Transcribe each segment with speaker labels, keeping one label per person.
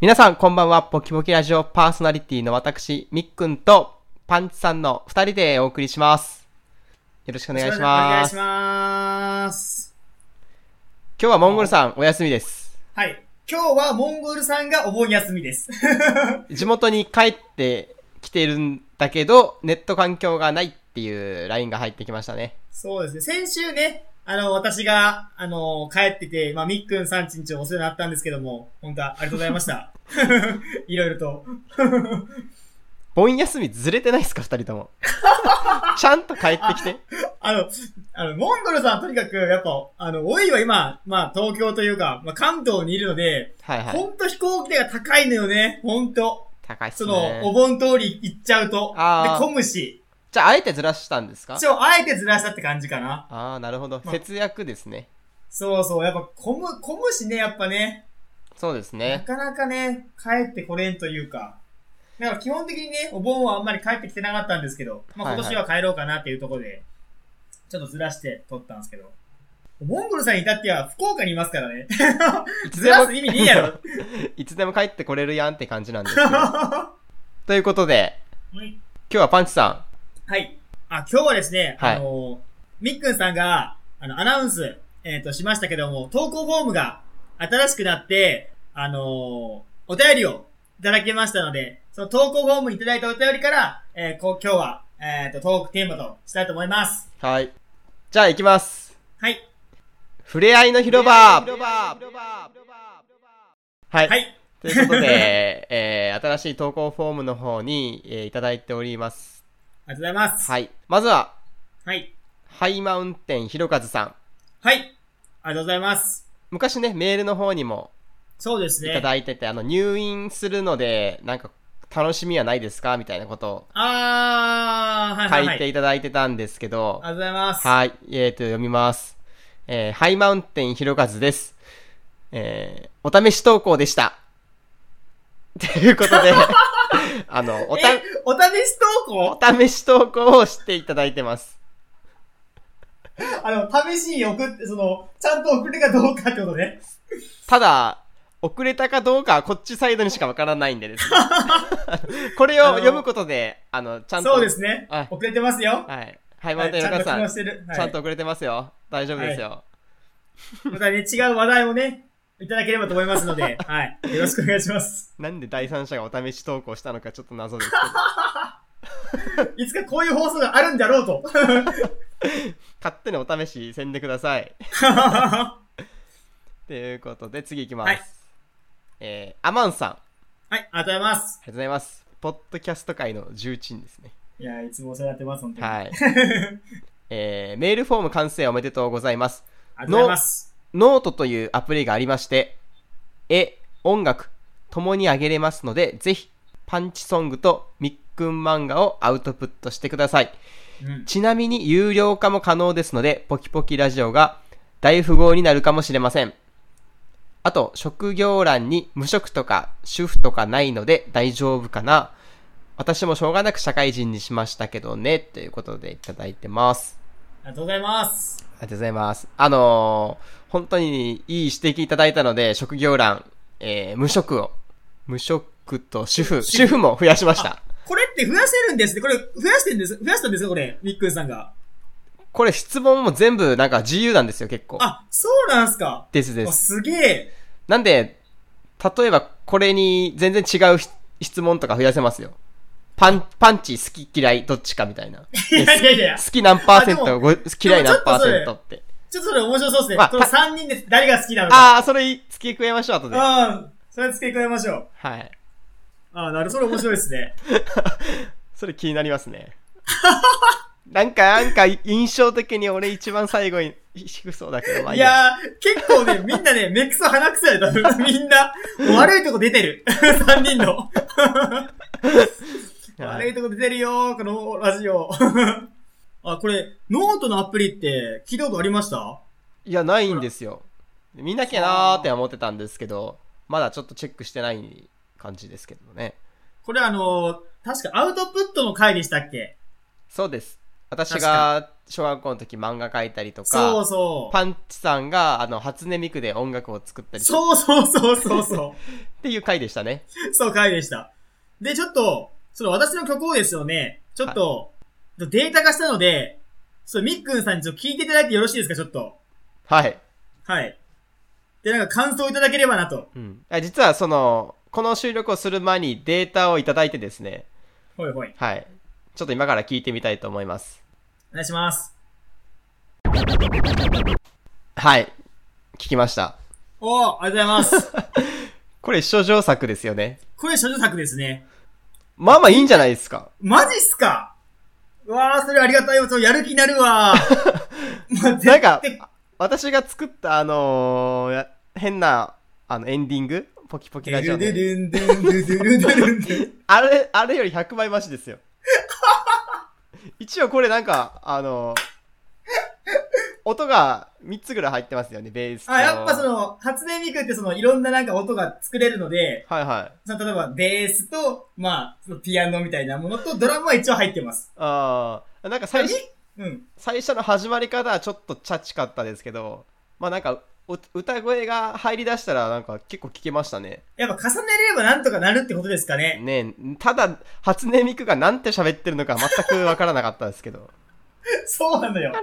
Speaker 1: 皆さん、こんばんは。ポキポキラジオパーソナリティの私、みっくんとパンチさんの二人でお送りします。よろしくお願いします。
Speaker 2: お願いします。
Speaker 1: 今日はモンゴルさん、お休みです。
Speaker 2: はい。今日はモンゴルさんがお盆休みです。
Speaker 1: 地元に帰ってきてるんだけど、ネット環境がないっていう LINE が入ってきましたね。
Speaker 2: そうですね。先週ね、あの、私が、あの、帰ってて、まあ、みっくんさんちんちお世話になったんですけども、本当はありがとうございました。 いろいろと。
Speaker 1: 盆休みずれてないですか、二人と も。ちゃんと帰ってきて。
Speaker 2: あの、あの、モンゴルさんとにかく、やっぱ、あの、おいは今、まあ、東京というか、まあ、関東にいるので、
Speaker 1: はいは
Speaker 2: ほ
Speaker 1: い。
Speaker 2: んと飛行機代が高いのよね。ほんと。
Speaker 1: 高いっす
Speaker 2: その、
Speaker 1: ね。
Speaker 2: お盆通り行っちゃうと。
Speaker 1: あー
Speaker 2: で、混むし。
Speaker 1: じゃあ、あえてずらしたんですか
Speaker 2: 一応、あえてずらしたって感じかな。
Speaker 1: ああ、なるほど。
Speaker 2: まあ
Speaker 1: 節約ですね。
Speaker 2: そうそう、やっぱ混む、混むしね、やっぱね。
Speaker 1: そうです
Speaker 2: な
Speaker 1: ね。
Speaker 2: かなかね、帰ってこれんというか。だから基本的にね、お盆はあんまり帰ってきてなかったんですけど、まあ
Speaker 1: はいはい
Speaker 2: 今年は帰ろうかなっていうところで、ちょっとずらして撮ったんですけど。モンゴルさんに至っては福岡にいますからね。
Speaker 1: いつ
Speaker 2: ず
Speaker 1: で
Speaker 2: ら
Speaker 1: も
Speaker 2: す、意味ねえやろ。
Speaker 1: いつでも帰ってこれるやんって感じなんですけど。 ということで、
Speaker 2: はい
Speaker 1: 今日はパンチさ
Speaker 2: はい。あ、今日はですね、
Speaker 1: はい
Speaker 2: あの、みっくんさんが、あの、アナウンス、えっ、と、しましたけども、投稿フォームが新しくなって、あのお便りをいただきましたので、その投稿フォームにいただいたお便りから、えーこう今日は、えっ、と、トークテーマとしたいと思います。
Speaker 1: ん。はい。じゃあ行きます。
Speaker 2: はい。
Speaker 1: ふれあいの広場
Speaker 2: ふれ
Speaker 1: はい。
Speaker 2: はい。
Speaker 1: ということで、 えー、新しい投稿フォームの方に、えーいただいております。
Speaker 2: ありがとうございます。
Speaker 1: はい。まずは、
Speaker 2: はい。
Speaker 1: ハイマウンテンひろかずさん。
Speaker 2: はい。ありがとうございます。
Speaker 1: 昔ね、メールの方にも
Speaker 2: そうです
Speaker 1: い
Speaker 2: ね。
Speaker 1: ただいてて、あの、入院するので、なんか、楽しみはないですかみたいなことを
Speaker 2: あー、はいは
Speaker 1: 書
Speaker 2: い、はい。
Speaker 1: いていただいてたんですけど、
Speaker 2: ありがとうございます。
Speaker 1: はい、えー、と、読みます。えー、ハイマウンテンひろかずです。えー、お試し投稿でした。ということで、 あの、おた
Speaker 2: え、お試し投稿
Speaker 1: お試し投稿をしていただいてます。
Speaker 2: あの、試しに送って、その、ちゃんと送るかどうかってことね。
Speaker 1: ただ、遅れたかどうかはこっちサイドにしかわからないんで ですね。これを読むことで、あの、ちゃんと、
Speaker 2: そうですね
Speaker 1: はい。
Speaker 2: 遅れてますよ。
Speaker 1: はい。ハイマ
Speaker 2: は
Speaker 1: ウンテ
Speaker 2: い
Speaker 1: ン
Speaker 2: ち
Speaker 1: ひ
Speaker 2: ゃ
Speaker 1: ろか
Speaker 2: ん
Speaker 1: ずさ
Speaker 2: と機
Speaker 1: ん、
Speaker 2: 能
Speaker 1: ち
Speaker 2: してる。
Speaker 1: ゃ
Speaker 2: は
Speaker 1: ん
Speaker 2: い
Speaker 1: と。遅れてますよ。大丈夫ですよ。
Speaker 2: またね、違う話題をね、いただければと思います ので、はい。よろしくお願いします。
Speaker 1: なんで第三者がお試し投稿したのかちょっと謎ですけど。
Speaker 2: いつかこういう放送があるんだろうと。
Speaker 1: 勝手にお試しせんでください。
Speaker 2: は
Speaker 1: ということで、次行きます。
Speaker 2: はい
Speaker 1: えー、アマンさん。あ
Speaker 2: い、ありがとうございま
Speaker 1: り
Speaker 2: す。
Speaker 1: がとうございます。ポッドキャスト界の重鎮ですね。
Speaker 2: いや、いつもお世話になってます、本当に。あ
Speaker 1: はい。えー、メールフォーム完成おめでとうございます。
Speaker 2: りがとうございます。
Speaker 1: ノートというアプリがありまして、絵、音楽、ともにあげれますので、ぜひ、パンチソングとミックン漫画をアウトプットしてください。
Speaker 2: うん。
Speaker 1: ちなみに有料化も可能ですので、ポキポキラジオが大富豪になるかもしれません。あと、職業欄に無職とか主婦とかないので大丈夫かな。私もしょうがなく社会人にしましたけどね、ということでいただいてます。
Speaker 2: ありがとうございま
Speaker 1: あ
Speaker 2: す。
Speaker 1: りがとうございます。あのー本当にいい指摘いただいたので、職業欄、えー、無職を、無職と主婦、主婦も増やしました。
Speaker 2: これって増やせるんですね。これ、増やしてんです。増やしたんですよ、これ。みっくんさんが。
Speaker 1: これ質問も全部なんか自由なんですよ、結構。
Speaker 2: あ、そうなんすか。
Speaker 1: ですです
Speaker 2: あ。すげえ。
Speaker 1: なんで、例えばこれに全然違うひ質問とか増やせますよ。パン、パンチ好き嫌いどっちかみたいな。
Speaker 2: いやいやいや
Speaker 1: 好。き何パーセン
Speaker 2: あで
Speaker 1: ト、
Speaker 2: も
Speaker 1: ご嫌い何パーセン
Speaker 2: でもちょっとそれ
Speaker 1: トって。
Speaker 2: ちょっとそれ面白そうですね。
Speaker 1: まあ
Speaker 2: この3人で誰が好きなのか。あ
Speaker 1: ああ、それ付け加えましょう、後で。は
Speaker 2: あー、それ付け加えましょう。
Speaker 1: い。
Speaker 2: ああ、なるほど、それ面白いですね。
Speaker 1: それ気になりますね。なんか、なんか印象的に俺一番最後に低そうだけど、まあい
Speaker 2: い
Speaker 1: いや。
Speaker 2: やー、結構ね、みんなね、目くそ鼻くそや多分 みんな、悪いとこ出てる。3人 の。
Speaker 1: は
Speaker 2: 悪
Speaker 1: い
Speaker 2: いとこ出てるよー、このラジオ。 あ、これ、ノートのアプリって、聞いたことありました
Speaker 1: いや、ないんですよ。見なきゃなーって思ってたんですけど、まだちょっとチェックしてない感じですけどね。
Speaker 2: これあのー確かアウトプットの回でしたっけ
Speaker 1: そうです。私
Speaker 2: 確か
Speaker 1: が小学校の時漫画描いたりとか、
Speaker 2: そうそう。
Speaker 1: パンチさんが、あの、初音ミクで音楽を作ったりとか
Speaker 2: そうそうそうそうそ
Speaker 1: っていう回でしたね。
Speaker 2: う。 そう、回でした。で、ちょっと、その私の曲をですよね、ちょっと、データ化したので、そう、みっくんさんにちょっと聞いていただいてよろしいですか、ちょっと。
Speaker 1: はい。
Speaker 2: はい。で、なんか感想をいただければなと。
Speaker 1: うん。あ実は、その、この収録をする前にデータをいただいてですね、
Speaker 2: ほいほい。
Speaker 1: はい。ちょっと今から聞いてみたいと思います。
Speaker 2: お願いします。
Speaker 1: はい。聞きました。
Speaker 2: おー、ありがとうございます。
Speaker 1: これ、諸女作ですよね。
Speaker 2: これ、諸女作ですね。
Speaker 1: まあまあいいんじゃないですか。
Speaker 2: マジっすかうわー、それありがたいよ。そうやる気になるわー。まあ、
Speaker 1: なんか
Speaker 2: 絶対、
Speaker 1: 私が作った、あのーや変な、あの、エンディングポキポキラジオ、
Speaker 2: ド
Speaker 1: ね。
Speaker 2: ゥルンドゥンドゥルンドゥルンドゥルン
Speaker 1: あれ、あれより100倍マシです よ。一応これなんか、あのー音が3つぐらい入ってますよね、ベースと。
Speaker 2: あ、やっぱその、初音ミクってその、いろんななんか音が作れるので、
Speaker 1: はいはい。
Speaker 2: その例えばベースと、まあ、そのピアノみたいなものとドラムは一応入ってます。
Speaker 1: ああ、なんか最初、
Speaker 2: うん。
Speaker 1: 最初の始まり方はちょっとチャチかったですけど、まあなんか、う歌声が入り出したらなんか結構聞けましたね。
Speaker 2: やっぱ重ねれればなんとかなるってことですかね。
Speaker 1: ねえただ、初音ミクがなんて喋ってるのか全くわからなかったですけど。
Speaker 2: そうなのよ。
Speaker 1: あ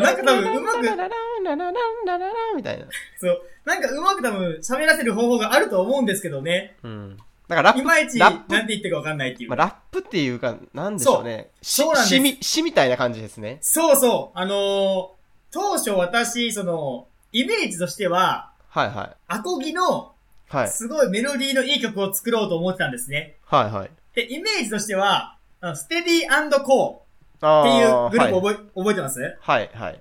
Speaker 2: なんか多分うまく
Speaker 1: みたいな。
Speaker 2: そう。なんかうまく多分喋らせる方法があると思うんですけどね。
Speaker 1: うん。だからラッ
Speaker 2: い
Speaker 1: プ、
Speaker 2: まいち、
Speaker 1: ラ
Speaker 2: な
Speaker 1: ッ
Speaker 2: ん
Speaker 1: プ
Speaker 2: て言ってるかわかんないっていう
Speaker 1: まあ、。ラップっていうか、なんでしょうね。し
Speaker 2: そうなんです
Speaker 1: 詩み、詩みたいな感じですね。
Speaker 2: そうそう。あのー当初私、その、イメージとしては、
Speaker 1: はいはい。
Speaker 2: アコギの、
Speaker 1: はい。
Speaker 2: すごいメロディーのいい曲を作ろうと思ってたんですね。
Speaker 1: はいはい。
Speaker 2: で、イメージとしては、あのステディーコー
Speaker 1: あ
Speaker 2: っていう
Speaker 1: ー
Speaker 2: グループ覚え、覚えてます
Speaker 1: はいはい。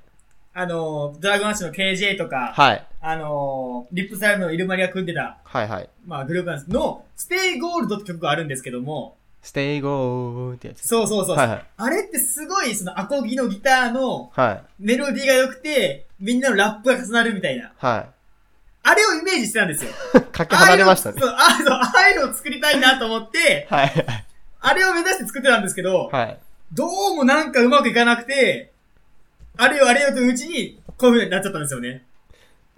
Speaker 2: あのー、ドラゴンアッシュの KJ とか、
Speaker 1: はい。
Speaker 2: あのー、リップスライムのイルマリア組んでた、
Speaker 1: はいはい。
Speaker 2: まあグループなんですの、ステイゴールドって曲があるんですけども、
Speaker 1: ステイゴーってやつ。
Speaker 2: そうそうそう。
Speaker 1: はいはい。
Speaker 2: あれってすごい、そのアコギのギターの
Speaker 1: はい。
Speaker 2: メロディーが良くて、みんなのラップが重なるみたいな。
Speaker 1: は
Speaker 2: あれをイメージしてたんですよ。
Speaker 1: い。 かけ離れましたね。
Speaker 2: ああいうのそうあそうああいうのを作りたいなと思って、
Speaker 1: はい。
Speaker 2: あれを目指して作ってたんですけど、
Speaker 1: はい。
Speaker 2: どうもなんかうまくいかなくて、あれよあれよといううちに、こういう風になっちゃったんですよね。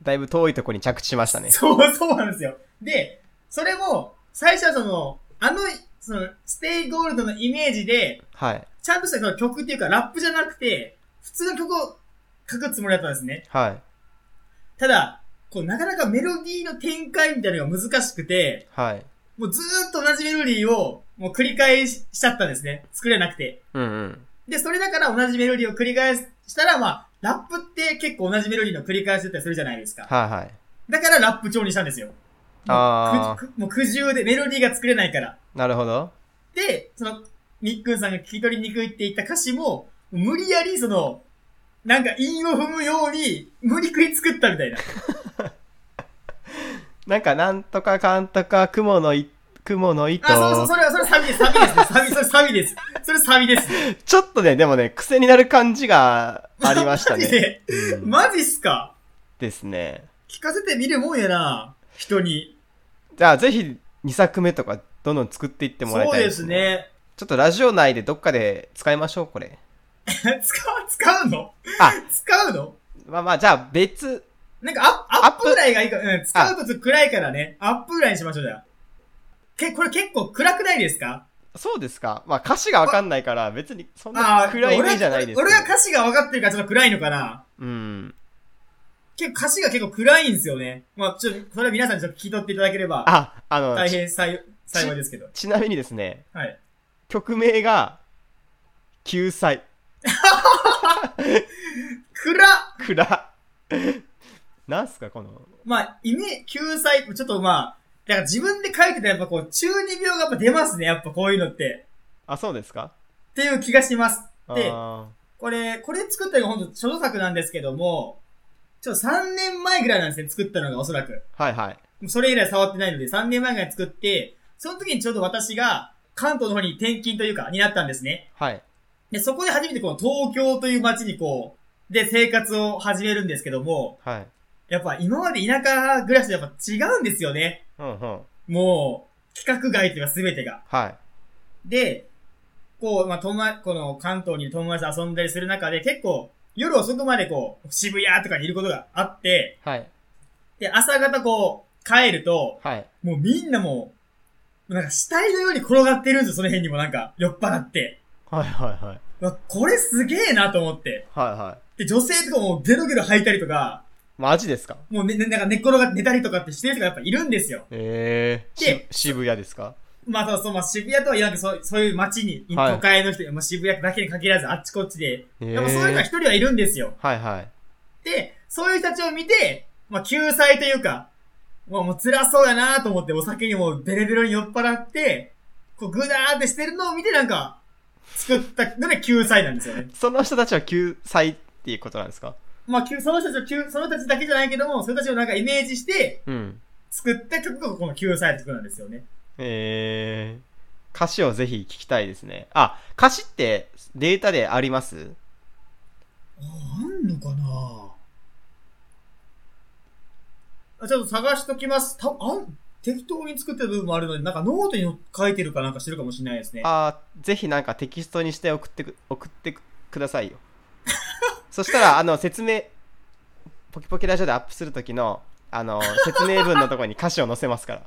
Speaker 1: だいぶ遠いとこに着地しましたね。
Speaker 2: そう、そうなんですよ。で、それも、最初はその、あの、その、ステイゴールドのイメージで、
Speaker 1: はい。
Speaker 2: ちゃんとしたその曲っていうか、ラップじゃなくて、普通の曲を書くつもりだったんですね。
Speaker 1: はい。
Speaker 2: ただ、こう、なかなかメロディーの展開みたいなのが難しくて、
Speaker 1: はい。
Speaker 2: もうずーっと同じメロディーを、もう繰り返ししちゃったんですね。作れなくて。
Speaker 1: うんうん。
Speaker 2: で、それだから同じメロディーを繰り返したら、まあ、ラップって結構同じメロディーの繰り返しだったりするじゃないですか。
Speaker 1: はいはい。
Speaker 2: だからラップ調にしたんですよ。
Speaker 1: あ
Speaker 2: くくもう苦渋でメロディーが作れないから。
Speaker 1: ー、なるほど。
Speaker 2: で、その、みっくんさんが聞き取りにくいって言った歌詞も、無理やりその、なんか韻を踏むように、無理くり作ったみたいな。
Speaker 1: なんか、なんとかかんとか、雲のい、雲の糸。
Speaker 2: あ、そうそう、それは、それはサビです、サビです、サビ、それサビです。それサビです。
Speaker 1: ちょっとね、でもね、癖になる感じがありました
Speaker 2: マ
Speaker 1: ね。
Speaker 2: ジで
Speaker 1: うん
Speaker 2: マジっすか
Speaker 1: ですね。
Speaker 2: 聞かせてみるもんやな、人に。
Speaker 1: じゃあ、ぜひ、2作目とか、どんどん作っていってもらい
Speaker 2: そう
Speaker 1: たい
Speaker 2: です。ね。
Speaker 1: ちょっとラジオ内でどっかで使いましょう、これ。
Speaker 2: 使う、使うの
Speaker 1: あ、
Speaker 2: 使うの
Speaker 1: まあまあ、じゃあ、別、
Speaker 2: なんかアッ
Speaker 1: アッ
Speaker 2: アッ
Speaker 1: プ
Speaker 2: プぐらいがいいか、うん、使うと暗いからね、アップぐらいにしましょうじゃあ。け、これ結構暗くないですか
Speaker 1: そうですか。まあ、歌詞がわかんないから、別に、そん
Speaker 2: あ
Speaker 1: な
Speaker 2: あ、
Speaker 1: 暗い目じゃないですけど
Speaker 2: 俺は俺は歌詞が分かってるからちょっと暗いのかな
Speaker 1: うん。
Speaker 2: 結構歌詞が結構暗いんですよね。まあ、ちょっと、それは皆さんにちょっと聞き取っていただければ、
Speaker 1: あ、あの、
Speaker 2: 大
Speaker 1: ち
Speaker 2: 変幸い、幸いですけど。
Speaker 1: ちなみにですね、
Speaker 2: はい。
Speaker 1: 曲名が、救済。
Speaker 2: 暗
Speaker 1: 暗。なんすか、この。
Speaker 2: まあ、意味、救済、ちょっとまあ、だから自分で書いてたやっぱこう、中二病がやっぱ出ますね、やっぱこういうのって。
Speaker 1: あ、そうですか
Speaker 2: っていう気がします。で、
Speaker 1: あ
Speaker 2: これ、これ作ったのが本当初動作なんですけども、ちょっと3年前ぐらいなんですね、作ったのがおそらく。
Speaker 1: ーはいはい。
Speaker 2: もうそれ以来触ってないので、3年前ぐらい作って、その時にちょうど私が関東の方に転勤というか、になったんですね。
Speaker 1: はい。
Speaker 2: で、そこで初めてこの東京という街にこう、で生活を始めるんですけども、
Speaker 1: はい。
Speaker 2: やっぱ今まで田舎暮らしとやっぱ違うんですよね。
Speaker 1: うんうん。
Speaker 2: もう、規格外というか全てが。
Speaker 1: はい。
Speaker 2: で、こう、まあ、友達、この関東にいる友達と遊んだりする中で、結構、夜遅くまでこう、渋谷とかにいることがあって、
Speaker 1: はい。
Speaker 2: で、朝方こう、帰ると、
Speaker 1: はい。
Speaker 2: もうみんなもう、なんか死体のように転がってるんですよ、その辺にもなんか、酔っ払って。
Speaker 1: はいはいはい。
Speaker 2: うわこれすげえなと思って。
Speaker 1: はいは
Speaker 2: で、女性とかもゲロゲロ吐いたりとか、
Speaker 1: い。マジですか
Speaker 2: もうね、ねなんか寝っ転がって寝たりとかってしてる人がやっぱいるんですよ。
Speaker 1: ええ
Speaker 2: で
Speaker 1: ー。し渋谷ですか
Speaker 2: まあ、そうそう、まあ、渋谷とはいえ、なんかそう、そういう街に、都
Speaker 1: はい
Speaker 2: 会の人、まあ、渋谷だけに限らず、あっちこっちで、
Speaker 1: え
Speaker 2: やっぱそういう人は一
Speaker 1: ー。
Speaker 2: 人はいるんですよ。
Speaker 1: はいはい。
Speaker 2: で、そういう人たちを見て、まあ、救済というか、まあ、もう辛そうやなと思って、お酒にもうベレベロに酔っ払って、こう、ぐだーってしてるのを見て、なんか、作ったので救済なんですよね。
Speaker 1: その人たちは救済っていうことなんですか
Speaker 2: まあ、救その人たちを救、その人たちだけじゃないけども、その人たちをなんかイメージして、
Speaker 1: うん。
Speaker 2: 作った曲がこの救済って曲なんですよね。
Speaker 1: ええー。歌詞をぜひ聞きたいですね。あ、歌詞ってデータであります
Speaker 2: ああんのかなあちょっと探しときます。たあん適当に作ってる部分もあるので、なんかノートに書いてるかなんかしてるかもしれないですね。
Speaker 1: あーぜひなんかテキストにして送ってく送ってくくださ いよそしたらあの説明ポキポキラジオでアップする時のあの説明文のところに歌詞を載せますから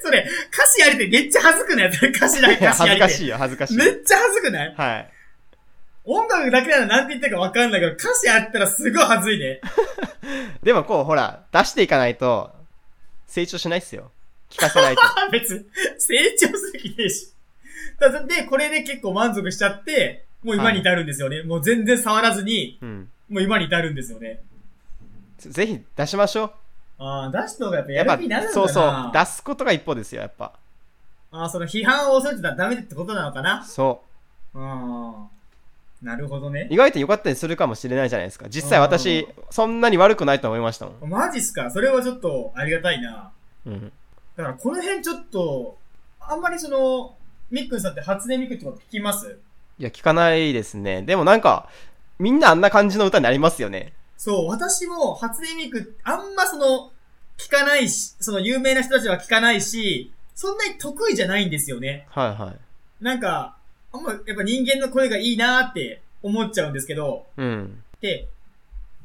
Speaker 2: それ、歌詞やりてめっちゃ恥ず くない歌詞だ、
Speaker 1: いや
Speaker 2: 歌
Speaker 1: 恥
Speaker 2: 詞や
Speaker 1: ず
Speaker 2: りて。
Speaker 1: かしいよ恥ずかしい
Speaker 2: めっちゃ恥ずくない
Speaker 1: はい
Speaker 2: 音楽だけならなんて言ってるかわかんないけど、歌詞あったらすごい恥ずいね。
Speaker 1: でもこうほら出していかないと成長しないっすよ聞かせ ないと
Speaker 2: あ別に、成長する気ねえし。だで、これで結構満足しちゃって、もう今に至るんですよね。もう全然触らずに、
Speaker 1: うん
Speaker 2: もう今に至るんですよね。
Speaker 1: ぜぜひ出しましょ
Speaker 2: ああ、出した方がやっぱ
Speaker 1: うや
Speaker 2: や
Speaker 1: っ
Speaker 2: る
Speaker 1: ぱ
Speaker 2: 気になるんだな
Speaker 1: そうそう出すことが一歩ですよやっぱ
Speaker 2: ああ、その批判を恐れてたらダメってことなのかな
Speaker 1: そ
Speaker 2: うん。なるほどね
Speaker 1: う。意外と良かったりするかもしれないじゃないですか実際私そんなに悪くないと思いましたもん、
Speaker 2: マジっすかそれはちょっとありがたいな。
Speaker 1: うん、
Speaker 2: だからこの辺ちょっと、あんまりその、みっくんさんって初音ミクってこと聞きます
Speaker 1: いや、聞かないですね。でもなんか、みんなあんな感じの歌になりますよね。
Speaker 2: そう、私も初音ミク、あんまその、聞かないし、その有名な人たちは聞かないし、そんなに得意じゃないんですよね。
Speaker 1: はいはい。
Speaker 2: なんか、あんまやっぱ人間の声がいいなーって思っちゃうんですけど、
Speaker 1: うん。
Speaker 2: で、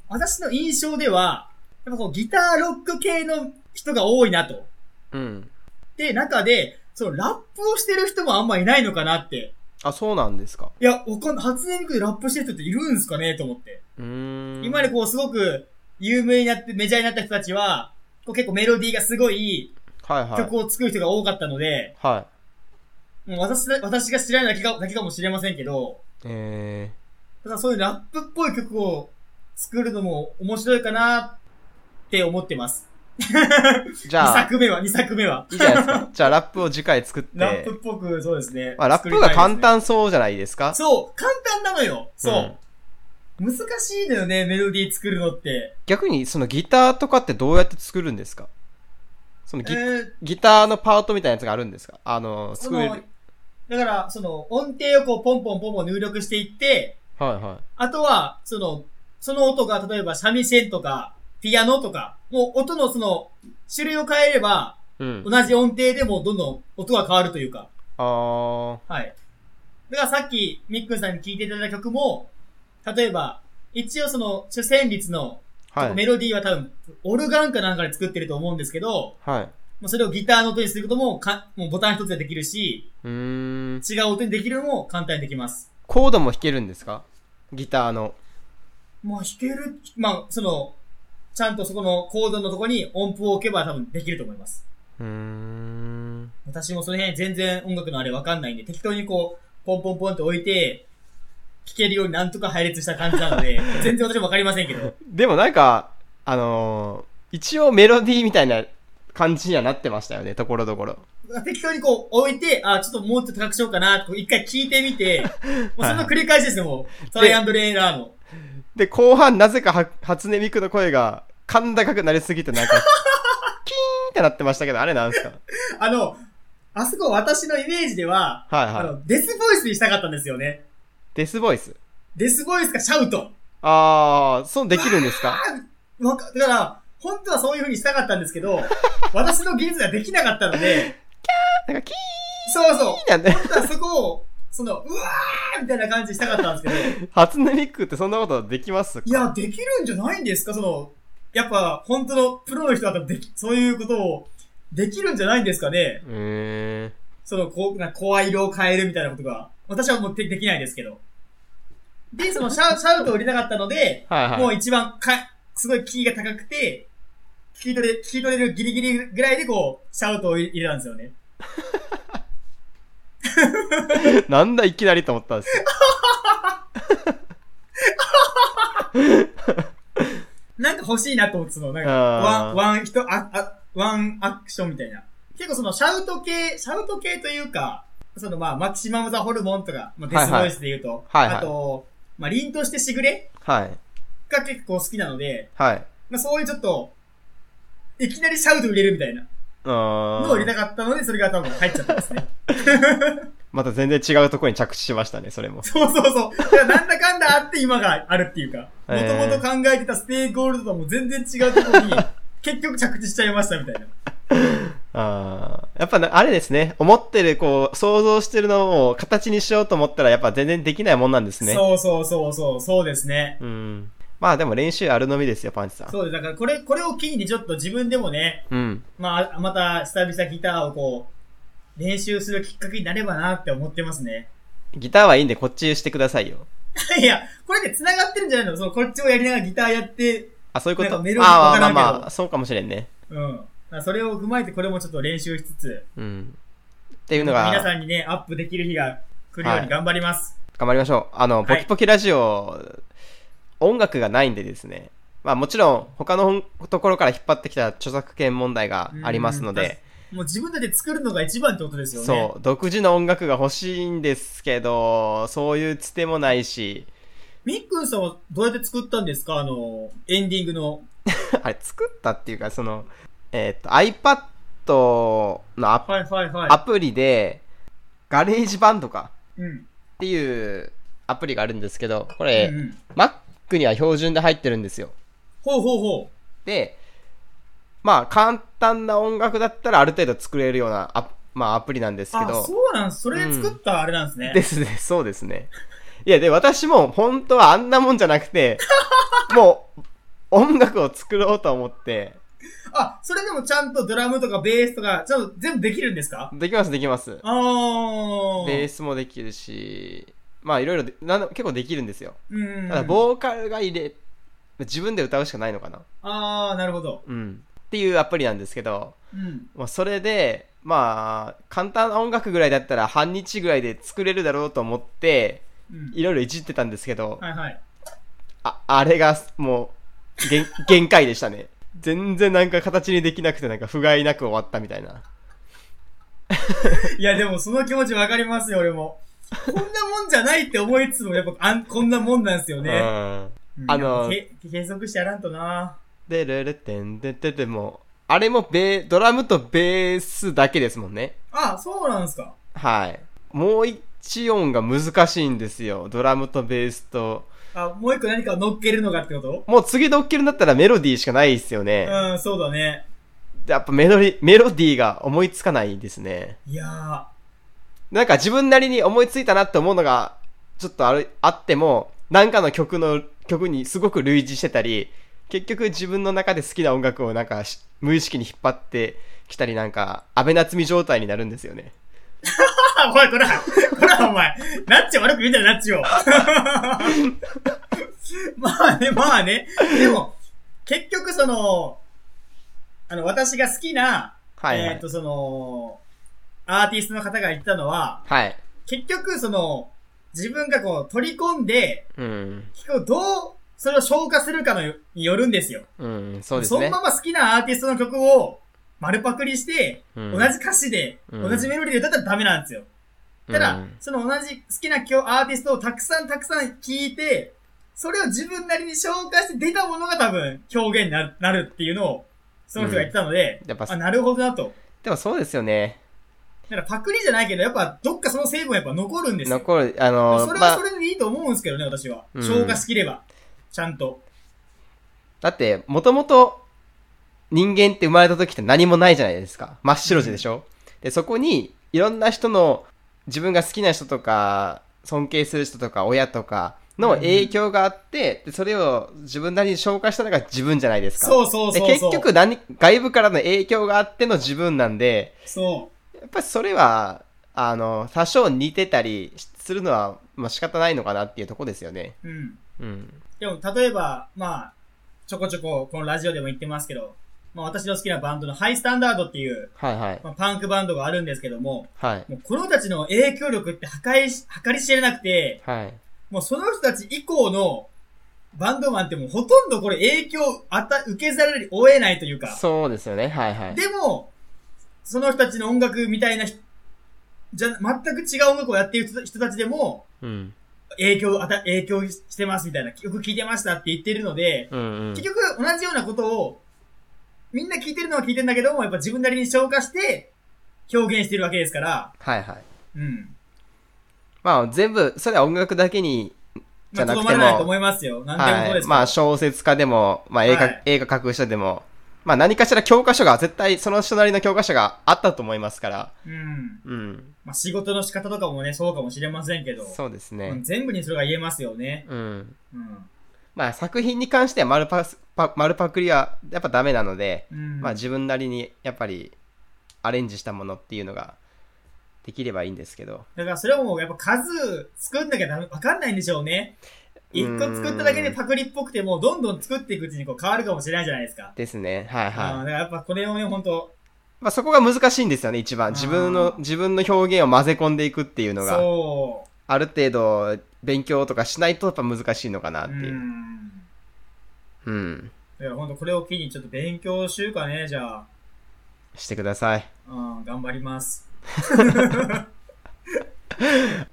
Speaker 2: 私の印象では、やっぱこうギターロック系の人が多いなと。
Speaker 1: うん。
Speaker 2: で、中で、そのラップをしてる人もあんまいないのかなって。
Speaker 1: あ、そうなんですか。
Speaker 2: いや、わかん初音ミクでラップしてる人っているんですかねと思って。
Speaker 1: うーん。
Speaker 2: 今までこうすごく有名になってメジャーになった人たちは、こう結構メロディーがすごい
Speaker 1: はいはい。
Speaker 2: 曲を作る人が多かったので、
Speaker 1: はい。
Speaker 2: もう私だ私が知らないだけかだけかもしれませんけど、
Speaker 1: え
Speaker 2: ただそういうラップっぽい曲を作るのも面白いかなって思ってます。
Speaker 1: ー、じ
Speaker 2: 2
Speaker 1: ゃあ、
Speaker 2: 作目は、2作目は。
Speaker 1: いいじゃないですか。じゃあ、ラップを次回作って。
Speaker 2: ラップっぽく、そうですね。
Speaker 1: まあ、ラップが簡単そうじゃないですか。
Speaker 2: そう、簡単なのよ。そう、難しいのよね、メロディー作るのって。
Speaker 1: 逆に、そのギターとかってどうやって作るんですかその
Speaker 2: え
Speaker 1: ギ,、
Speaker 2: ー、
Speaker 1: ギターのパートみたいなやつがあるんですかあの、
Speaker 2: そ
Speaker 1: 作れ
Speaker 2: の
Speaker 1: る。、
Speaker 2: だから、その、音程をこう、ポンポンポンポン入力していって、
Speaker 1: はいは
Speaker 2: あとは、その、その音が、例えば、三味線とか、ピアノとか、もう音のその、種類を変えれば、
Speaker 1: い。うん。
Speaker 2: 同じ音程でもどんどん音が変わるというか、
Speaker 1: あー。
Speaker 2: はい。だからさっき、みっくんさんに聴いていただいた曲も、例えば、一応その、主旋律の、
Speaker 1: はい。
Speaker 2: メロディーは多分、オルガンかなんかで作ってると思うんですけど、
Speaker 1: はい。
Speaker 2: もうそれをギターの音にすることも、か、もうボタン一つでできるし、
Speaker 1: うーん。
Speaker 2: 違う音にできるのも簡単にできます。
Speaker 1: コードも弾けるんですかギターの。
Speaker 2: まあ弾ける、まあ、その、ちゃんとそこのコードのとこに音符を置けば多分できると思います。
Speaker 1: うーん。
Speaker 2: 私もその辺全然音楽のあれわかんないんで、適当にこう、ポンポンポンって置いて、弾けるようになんとか配列した感じな ので、全然私もわかりませんけど。
Speaker 1: でもなんか、あのー一応メロディーみたいな感じにはなってましたよね、ところどころ。
Speaker 2: 適当にこう置いて、あ、ちょっともうちょっと高くしようかな、こう一回聞いてみて、もうその繰り返しですよ、もう。トライアンドレーラーの。
Speaker 1: で、後半なぜかは初音ミクの声が、甲高くなりすぎて なんか、キーンってなってましたけど、あれなんですか
Speaker 2: あの、あそこ私のイメージでは、
Speaker 1: はい
Speaker 2: あ
Speaker 1: はい。
Speaker 2: の、デスボイスにしたかったんですよね。
Speaker 1: デスボイス。
Speaker 2: デスボイスかシャウト。
Speaker 1: あー、そうできるんですか
Speaker 2: わか、だから、本当はそういう風にしたかったんですけど、私の技術ができなかったので、
Speaker 1: なんかキー
Speaker 2: そうそう。
Speaker 1: ンなんで。
Speaker 2: 本当はそこを、その、うわーみたいな感じしたかったんですけど、
Speaker 1: 初音ミクってそんなことできますか
Speaker 2: いや、できるんじゃないんですかその、やっぱ、本当のプロの人だったらでき、そういうことを、できるんじゃないんですかね
Speaker 1: え
Speaker 2: その、こう、な声色を変えるみたいなことが。私はもうでできないですけど。で、そのシャ、シャウトを入れたかったので、
Speaker 1: ー。はいはい。
Speaker 2: もう一番か、すごいキーが高くて、聞き取れ、聞き取れるギリギリぐらいでこう、シャウトを入れたんですよね。
Speaker 1: なんだいきなりと思ったんですよ。
Speaker 2: なんか欲しいなと思って、その、なんか、ワ
Speaker 1: あ
Speaker 2: ン、
Speaker 1: ー
Speaker 2: ワン人、あ、あ、ワンアクションみたいな。結構その、シャウト系、シャウト系というか、そのまあ、マキシマムザホルモンとか、まあ、デスボイスで言うと、
Speaker 1: はいはい
Speaker 2: あと、まあ、凛としてしぐれ
Speaker 1: はい。
Speaker 2: が結構好きなので、
Speaker 1: はい。
Speaker 2: まあ、そういうちょっと、いきなりシャウト売れるみたいな
Speaker 1: あ
Speaker 2: のを入れ
Speaker 1: ー
Speaker 2: たかったので、それが多分入っちゃったんですね。
Speaker 1: また全然違うところに着地しましたね、それも。
Speaker 2: そうそうそう。だからなんだかんだあって今があるっていうか、
Speaker 1: え
Speaker 2: も
Speaker 1: ー
Speaker 2: ともと考えてたステークホルダーとも全然違うところ に、結局着地しちゃいましたみたいな。
Speaker 1: あーやっぱなあれですね、思ってる、こう、想像してるのを形にしようと思ったら、やっぱ全然できないもんなんですね。
Speaker 2: そうそうそうそう、そうですね。
Speaker 1: うん。まあでも練習あるのみですよ、パンチさん。
Speaker 2: そうです。だからこれ、これを機にちょっと自分でもね、
Speaker 1: うん。
Speaker 2: まあ、また久々ギターをこう、練習するきっかけになればなって思ってますね。
Speaker 1: ギターはいいんで、こっちしてくださいよ。
Speaker 2: いや、これね、繋がってるんじゃないのその、こっちをやりながらギターやって、
Speaker 1: あ、そういうこ
Speaker 2: なん
Speaker 1: と。
Speaker 2: か
Speaker 1: あ
Speaker 2: メロディーわ
Speaker 1: ー
Speaker 2: からんけど
Speaker 1: まあまあ、そうかもしれんね。
Speaker 2: うん。だからそれを踏まえてこれもちょっと練習しつつ、
Speaker 1: うん。っていうのが、
Speaker 2: 皆
Speaker 1: 頑
Speaker 2: さんにね、アップできる日が来るように頑張ります。
Speaker 1: 張りましょう。あの、
Speaker 2: い
Speaker 1: ポキポキラジオ、音楽がないんでですね。まあもちろん、他のところから引っ張ってきた著作権問題がありますので、
Speaker 2: もう自分たちで作るのが一番ってことですよね。
Speaker 1: そう、独自の音楽が欲しいんですけど、そういうつてもないし、
Speaker 2: みっくんさんはどうやって作ったんですかあの、エンディングの。
Speaker 1: あれ、作ったっていうか、その、えっ、と、iPad のアプ
Speaker 2: はいはいは
Speaker 1: アプリで、ガレージバンドか
Speaker 2: い。うん。
Speaker 1: っていうアプリがあるんですけど、こ
Speaker 2: う
Speaker 1: れ
Speaker 2: ん、うん
Speaker 1: Mac には標準で入ってるんですよ。
Speaker 2: ほうほうほ
Speaker 1: で、まあ、簡単な音楽だったらある程度作れるようなア,、まあ、アプリなんです
Speaker 2: う。
Speaker 1: け
Speaker 2: あ、
Speaker 1: ど、
Speaker 2: そうなんそれで作ったあれなんですね。
Speaker 1: ですね、 そうですね。いや、で、私も本当はあんなもんじゃなく て、もう、音楽を作ろうと思って、
Speaker 2: あ、それでもちゃんとドラムとかベースとか、ちゃんと全部できるんですか
Speaker 1: できます、できます。
Speaker 2: あー。
Speaker 1: ベー
Speaker 2: ス。
Speaker 1: スもできるし、まあ、いろいろで、なんだ結構できるんですよ。
Speaker 2: うん。
Speaker 1: ただ、ボーカルが入れ、自分で歌うしかないのかな。
Speaker 2: あー、なるほど。
Speaker 1: うん。っていうアプリなんですけど、
Speaker 2: うん。
Speaker 1: まあ、それで、まあ、簡単な音楽ぐらいだったら半日ぐらいで作れるだろうと思って、
Speaker 2: うん。
Speaker 1: いろいろいじってたんですけど、
Speaker 2: はいはい。
Speaker 1: あ、あれがもう、限 限界でしたね。全然なんか形にできなくてなんか不甲斐なく終わったみたいな。
Speaker 2: いや、でもその気持ちわかりますよ、俺も。こんなもんじゃないって思いつつも、やっぱ、あん、こんなもんなんですよね。
Speaker 1: うん。
Speaker 2: うん
Speaker 1: あの
Speaker 2: やっぱけ継続してやらんとな
Speaker 1: でるるてんてんてんてんもう、あれもベードラムとベースだけですもんね。
Speaker 2: あ、そうなんですか。
Speaker 1: はい。もう一音が難しいんですよ。ドラムとベースと。
Speaker 2: あ、もう一個何かを乗っけるのかってこと
Speaker 1: もう次で起きるんだったらメロディーしかないですよね。
Speaker 2: うん、そうだね。
Speaker 1: やっぱメロディメロディーが思いつかないですね。
Speaker 2: いやー。
Speaker 1: なんか自分なりに思いついたなって思うのが、ちょっとあるあっても、なんかの曲の、曲にすごく類似してたり、結局自分の中で好きな音楽をなんかし無意識に引っ張ってきたりなんか、安倍夏実状態になるんですよね。
Speaker 2: あ、おい、こら、 こら、お前。ナッチを悪く言うんじゃない、ナッチを。 まあね、まあね。でも、結局その、あの、私が好きな、
Speaker 1: はい、はい。
Speaker 2: えっ、と、その、アーティストの方が言ったのは、
Speaker 1: はい。
Speaker 2: 結局その、自分がこう取り込んで、
Speaker 1: うん。
Speaker 2: 結局どう、それを消化するかのよによるんですよ。
Speaker 1: うん、そうですね
Speaker 2: の。まま好きなアーティストの曲を丸パクリして、
Speaker 1: うん
Speaker 2: 同じ歌詞で、
Speaker 1: うん
Speaker 2: 同じメロディーで歌ったらダメなんですよ。ただ、
Speaker 1: うん
Speaker 2: その同じ好きな今日アーティストをたくさんたくさん聴いて、それを自分なりに紹介して出たものが多分表現になるなるっていうのを、その人が言ってたので、
Speaker 1: うんやっぱ
Speaker 2: あ、なるほどなと。
Speaker 1: でもそうですよね。
Speaker 2: だからパクリじゃないけど、やっぱどっかその成分やっぱ残るんですよ。
Speaker 1: 残る、あの
Speaker 2: それ
Speaker 1: ま
Speaker 2: は
Speaker 1: あ
Speaker 2: それでいいと思うんですけどね、私は。
Speaker 1: うん
Speaker 2: 消化しきれば。ちゃんと。
Speaker 1: だって、もともと人間って生まれた時って何もないじゃないですか。真っ白地でしょ、で、そこにいろんな人の自分が好きな人とか、尊敬する人とか、親とかの影響があって、でそれを自分なりに消化したのが自分じゃないですか。
Speaker 2: そうそう
Speaker 1: で
Speaker 2: そうそ
Speaker 1: 結
Speaker 2: う。
Speaker 1: 局何、外部からの影響があっての自分なんで、
Speaker 2: そ
Speaker 1: やっぱりそれは、あの、多少似てたりするのは、まあ仕方ないのかなっていうとこですよね。
Speaker 2: う。うん。
Speaker 1: うん。
Speaker 2: でも、例えば、まあ、ちょこちょこ、このラジオでも言ってますけど、まあ私の好きなバンドのハイスタンダードっていう、
Speaker 1: はいはい。
Speaker 2: まあ、パンクバンドがあるんですけども、
Speaker 1: はい。
Speaker 2: もうこの人たちの影響力って破壊し、計り知れなくて、
Speaker 1: はい。
Speaker 2: もうその人たち以降のバンドマンってもうほとんどこれ影響をあた、受けざるを得ないというか。
Speaker 1: そうですよね。はいはい。
Speaker 2: でも、その人たちの音楽みたいなひ、じゃ、全く違う音楽をやっている人人たちでも、
Speaker 1: うん。
Speaker 2: 影響をあた、影響してますみたいな、よく聞いてましたって言ってるので、
Speaker 1: うんうん。
Speaker 2: 結局同じようなことを、みんな聞いてるのは聞いてんだけども、やっぱ自分なりに消化して、表現してるわけですから、
Speaker 1: はいはい。
Speaker 2: うん。
Speaker 1: まあ全部、それは音楽だけに、じゃ
Speaker 2: まあ、
Speaker 1: な
Speaker 2: と
Speaker 1: く
Speaker 2: ど
Speaker 1: ても
Speaker 2: まらないと思いますよ。なんでもそう
Speaker 1: は
Speaker 2: で
Speaker 1: い。
Speaker 2: すから
Speaker 1: まあ小説家でも、まあ映画、
Speaker 2: はい
Speaker 1: 映画書く人でも、まあ何かしら教科書が、絶対その人なりの教科書があったと思いますから。
Speaker 2: うん。
Speaker 1: うん。
Speaker 2: まあ、仕事の仕方とかもね、そうかもしれませんけど、
Speaker 1: そうです
Speaker 2: う
Speaker 1: ね
Speaker 2: ん。全部にそれが言えますよね。
Speaker 1: うん。
Speaker 2: うん。
Speaker 1: まあ作品に関しては丸パスパ丸パクリはやっぱダメなので、
Speaker 2: うん。
Speaker 1: まあ自分なりにやっぱりアレンジしたものっていうのができればいいんですけど。
Speaker 2: だからそれはもうやっぱ数作んなきゃダメ、わかんないんでしょうね。一個作っただけでパクリっぽくても、どんどん作っていくうちにこう変わるかもしれないじゃないですか。
Speaker 1: ですね。はいはい。
Speaker 2: うんだからやっぱこれをね、ほんと、
Speaker 1: まあそこが難しいんですよね、一番。自分の
Speaker 2: あ、ー
Speaker 1: 自分の表現を混ぜ込んでいくっていうのが、
Speaker 2: そ
Speaker 1: ある程度勉強とかしないとやっぱ難しいのかな
Speaker 2: う。
Speaker 1: っ
Speaker 2: う
Speaker 1: ていう。
Speaker 2: ん。
Speaker 1: うん。
Speaker 2: だからほんとこれを機にちょっと勉強しようかね、じゃあ。
Speaker 1: してください。
Speaker 2: うん、頑張ります。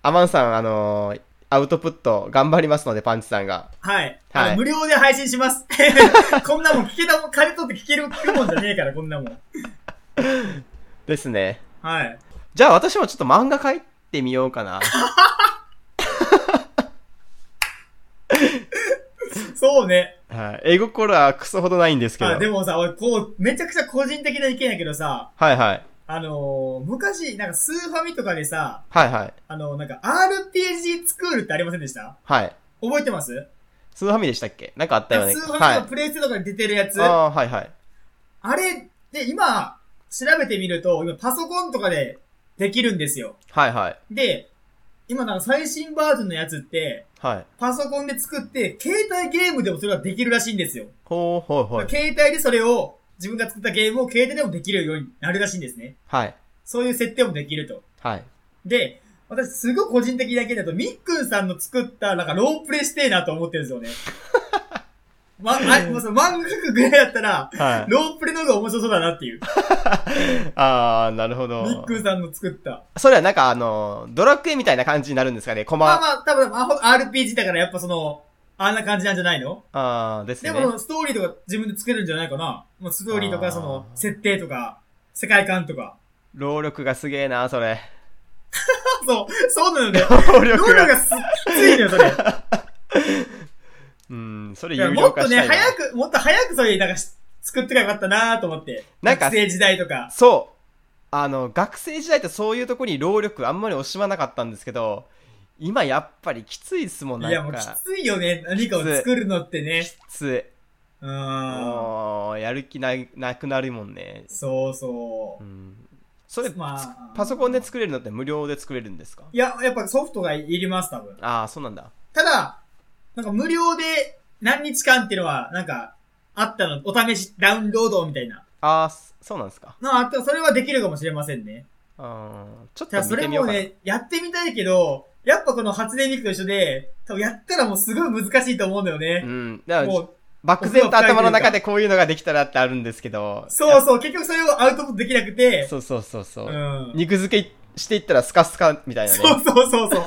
Speaker 1: アマンさん、あのーアウトプット頑張りますので、パンチさんが。
Speaker 2: はい。
Speaker 1: はい
Speaker 2: あの無料で配信 します。こんなもん聞けたもん、金取って聞ける、聞くもんじゃねえから、こんなもん。
Speaker 1: ですね。
Speaker 2: はい。
Speaker 1: じゃあ私もちょっと漫画描いてみようか な。
Speaker 2: そうね。
Speaker 1: はい。絵心はクソほどないんですけど。
Speaker 2: あ、でもさ、俺、こう、めちゃくちゃ個人的な意見やけどさ、
Speaker 1: はいはい。
Speaker 2: あのー昔、なんかスーファミとかでさ、
Speaker 1: はいはい。
Speaker 2: あのーなんか RPG スクールってありませんでした
Speaker 1: はい。
Speaker 2: 覚えてます、
Speaker 1: スーファミでしたっけなんかあったよね。
Speaker 2: スーフ
Speaker 1: は
Speaker 2: ァミ
Speaker 1: い
Speaker 2: の。プレイステとかに出てるやつ、
Speaker 1: ああー、はいはい。
Speaker 2: あれ、で、今、調べてみると、今パソコンとかでできるんですよ。
Speaker 1: はいはい。
Speaker 2: で、今なんか最新バージョンのやつって、
Speaker 1: はい。
Speaker 2: パソコンで作って、携帯ゲームでもそれができるらしいんですよ。
Speaker 1: ほうほうほう。
Speaker 2: 携帯でそれを、自分が作ったゲームを携帯でもできるようになるらしいんですね。
Speaker 1: はい。
Speaker 2: そういう設定もできると。
Speaker 1: はい。
Speaker 2: で、私すごい個人的だけだと、みっくんさんの作った、なんかロープレイしてえなと思ってるんですよね。ま、あ、もうその漫画描くぐらいだったら、
Speaker 1: はい。
Speaker 2: ロープレの方が面白そうだなっていう。
Speaker 1: ああ、なるほど。
Speaker 2: みっくんさんの作った。
Speaker 1: それはなんかあの、ドラクエみたいな感じになるんですかね、コマ。
Speaker 2: まあまあ、多分、まあほん RPG だからやっぱその、あんな感じなんじゃないの
Speaker 1: ああ、です
Speaker 2: で
Speaker 1: ね。
Speaker 2: も、ストーリーとか自分で作れるんじゃないかな。まあ、ストーリーと
Speaker 1: あ
Speaker 2: か、
Speaker 1: ー
Speaker 2: その、設定とか、世界観とか。
Speaker 1: 労力がすげえな、それ。
Speaker 2: そう、そうなのね。
Speaker 1: 労
Speaker 2: ロー
Speaker 1: 力
Speaker 2: ラ
Speaker 1: が。
Speaker 2: がすっきついのよ、それ。
Speaker 1: うん、それ
Speaker 2: いや
Speaker 1: 有
Speaker 2: も
Speaker 1: 料
Speaker 2: っ
Speaker 1: 化
Speaker 2: と
Speaker 1: し
Speaker 2: ね、
Speaker 1: たいな。
Speaker 2: 早く、もっと早くそういう、なんかし、作ってかよかったなと思って。
Speaker 1: なんか
Speaker 2: 学生時代とか。
Speaker 1: そう。あの、学生時代ってそういうとこに労力あんまり惜しまなかったんですけど、今やっぱりきついっすもん、
Speaker 2: い
Speaker 1: な
Speaker 2: や、も
Speaker 1: ん
Speaker 2: うき
Speaker 1: か。
Speaker 2: ついよね、何かを作るのってね
Speaker 1: き。つい。
Speaker 2: うーん。
Speaker 1: もう、やる気ななくなるもんね。
Speaker 2: そうそうう。
Speaker 1: ん。それ、
Speaker 2: まあ
Speaker 1: パソコンで作れるのって無料で作れるんですか
Speaker 2: いや、やっぱソフトがいります、多分。
Speaker 1: ああ、そうなんだ。
Speaker 2: ただ、なんか無料で何日間っていうのは、なんか、あったの、お試しダウンロードみたいな。
Speaker 1: ああ、そそうなんですか。
Speaker 2: まあ、あったそれはできるかもしれませんね。
Speaker 1: あーちょった
Speaker 2: だ、
Speaker 1: と
Speaker 2: そ
Speaker 1: 見て
Speaker 2: れ
Speaker 1: みよう
Speaker 2: も
Speaker 1: かな。
Speaker 2: ね、やってみたいけど、やっぱこの初音ミクと一緒で、多分やったらもうすごい難しいと思うんだよ
Speaker 1: う
Speaker 2: ね。
Speaker 1: ん。だから
Speaker 2: もう、
Speaker 1: 漠然と頭の中でこういうのができたらってあるんですけど。
Speaker 2: そうそう、結局それをアウトプットできなくて、
Speaker 1: そうそうそうそうう。
Speaker 2: ん。
Speaker 1: 肉付けしていったらスカスカみたいなね。
Speaker 2: そうそうそうそう。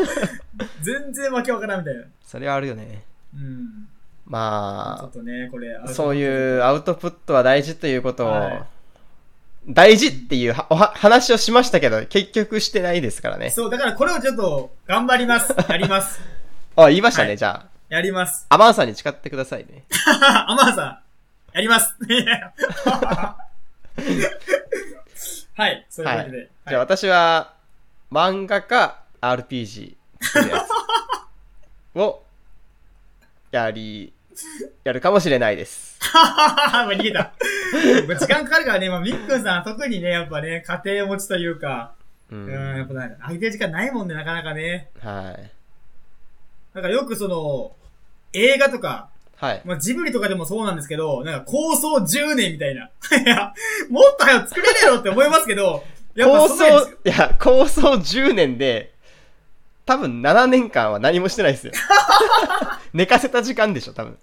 Speaker 2: 全然わけわからんみたいな。
Speaker 1: それはあるよね。
Speaker 2: うん。ちょ
Speaker 1: ま
Speaker 2: っとね、これ
Speaker 1: あ、、そう
Speaker 2: う。
Speaker 1: いうアウトプットは大事ということを、
Speaker 2: はい
Speaker 1: 大事っていうはおは話をしましたけど、結局してないですからね。
Speaker 2: そう、だからこれをちょっと、頑張ります。やります。
Speaker 1: あ、言いましたね、
Speaker 2: はい
Speaker 1: じゃ
Speaker 2: やります。
Speaker 1: あ。アマンさんに誓ってくださいね。
Speaker 2: アマーさん、やり ます。はい、そういうわけで。
Speaker 1: じゃあ
Speaker 2: はい
Speaker 1: 私は、漫画か RPG っていうや つを、やり、やるかもしれないです。
Speaker 2: まあ逃げた。まあ時間かかるからね、まあ、みっくんさん、特にね、やっぱね、家庭持ちというか、
Speaker 1: う
Speaker 2: うんん、やっぱなんか、空いてる時間ないもんね、なかなかね。
Speaker 1: はい。
Speaker 2: なんかよくその、映画とか、
Speaker 1: はい。
Speaker 2: まあ、ジブリとかでもそうなんですけど、なんか構想10年みたいな。 いや、もっと早く作れるやろって思いますけど、やっぱ
Speaker 1: 構
Speaker 2: そ
Speaker 1: 想、
Speaker 2: の
Speaker 1: いや、構想10年で、多分7年間は何もしてないです よ。寝かせた時間でしょ、多分。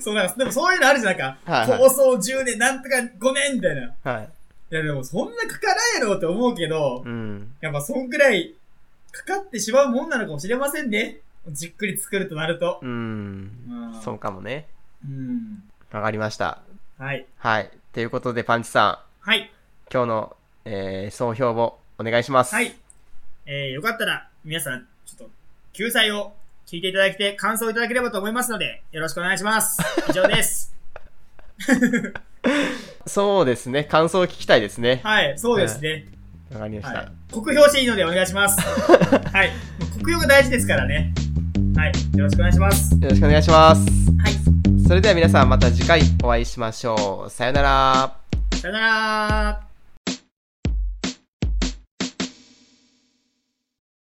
Speaker 2: そうなんか、でもそういうのあるじゃん、なんか、
Speaker 1: はいはい
Speaker 2: 構想10年、なんとか5年みたいな。い
Speaker 1: はい。
Speaker 2: や、でもそんなかからんやろって思うけど、
Speaker 1: うん。
Speaker 2: やっぱそんくらい、かかってしまうもんなのかもしれませんね。じっくり作るとなると。
Speaker 1: うん。
Speaker 2: うん
Speaker 1: そうかもね。
Speaker 2: うん。
Speaker 1: わかりました。
Speaker 2: はい。
Speaker 1: はい。ということで、パンチさ
Speaker 2: は
Speaker 1: ん、
Speaker 2: い。
Speaker 1: 今日の、えー、総評をお願いします。
Speaker 2: はい。。えー、よかったら、皆さん、ちょっと、救済を聞いていただいて、感想をいただければと思いますので、よろしくお願いし ます。以上です。
Speaker 1: そうですね。感想を聞きたいですね。
Speaker 2: はい、そうですね。
Speaker 1: わかりました。
Speaker 2: はい。酷評していいのでお願いします。はい。酷評が大事ですからね。はい。よろしくお願いしま す。
Speaker 1: よろしくお願いします。
Speaker 2: はい。
Speaker 1: それでは皆さんまた次回お会いしましょう。さよなら。
Speaker 2: さよなら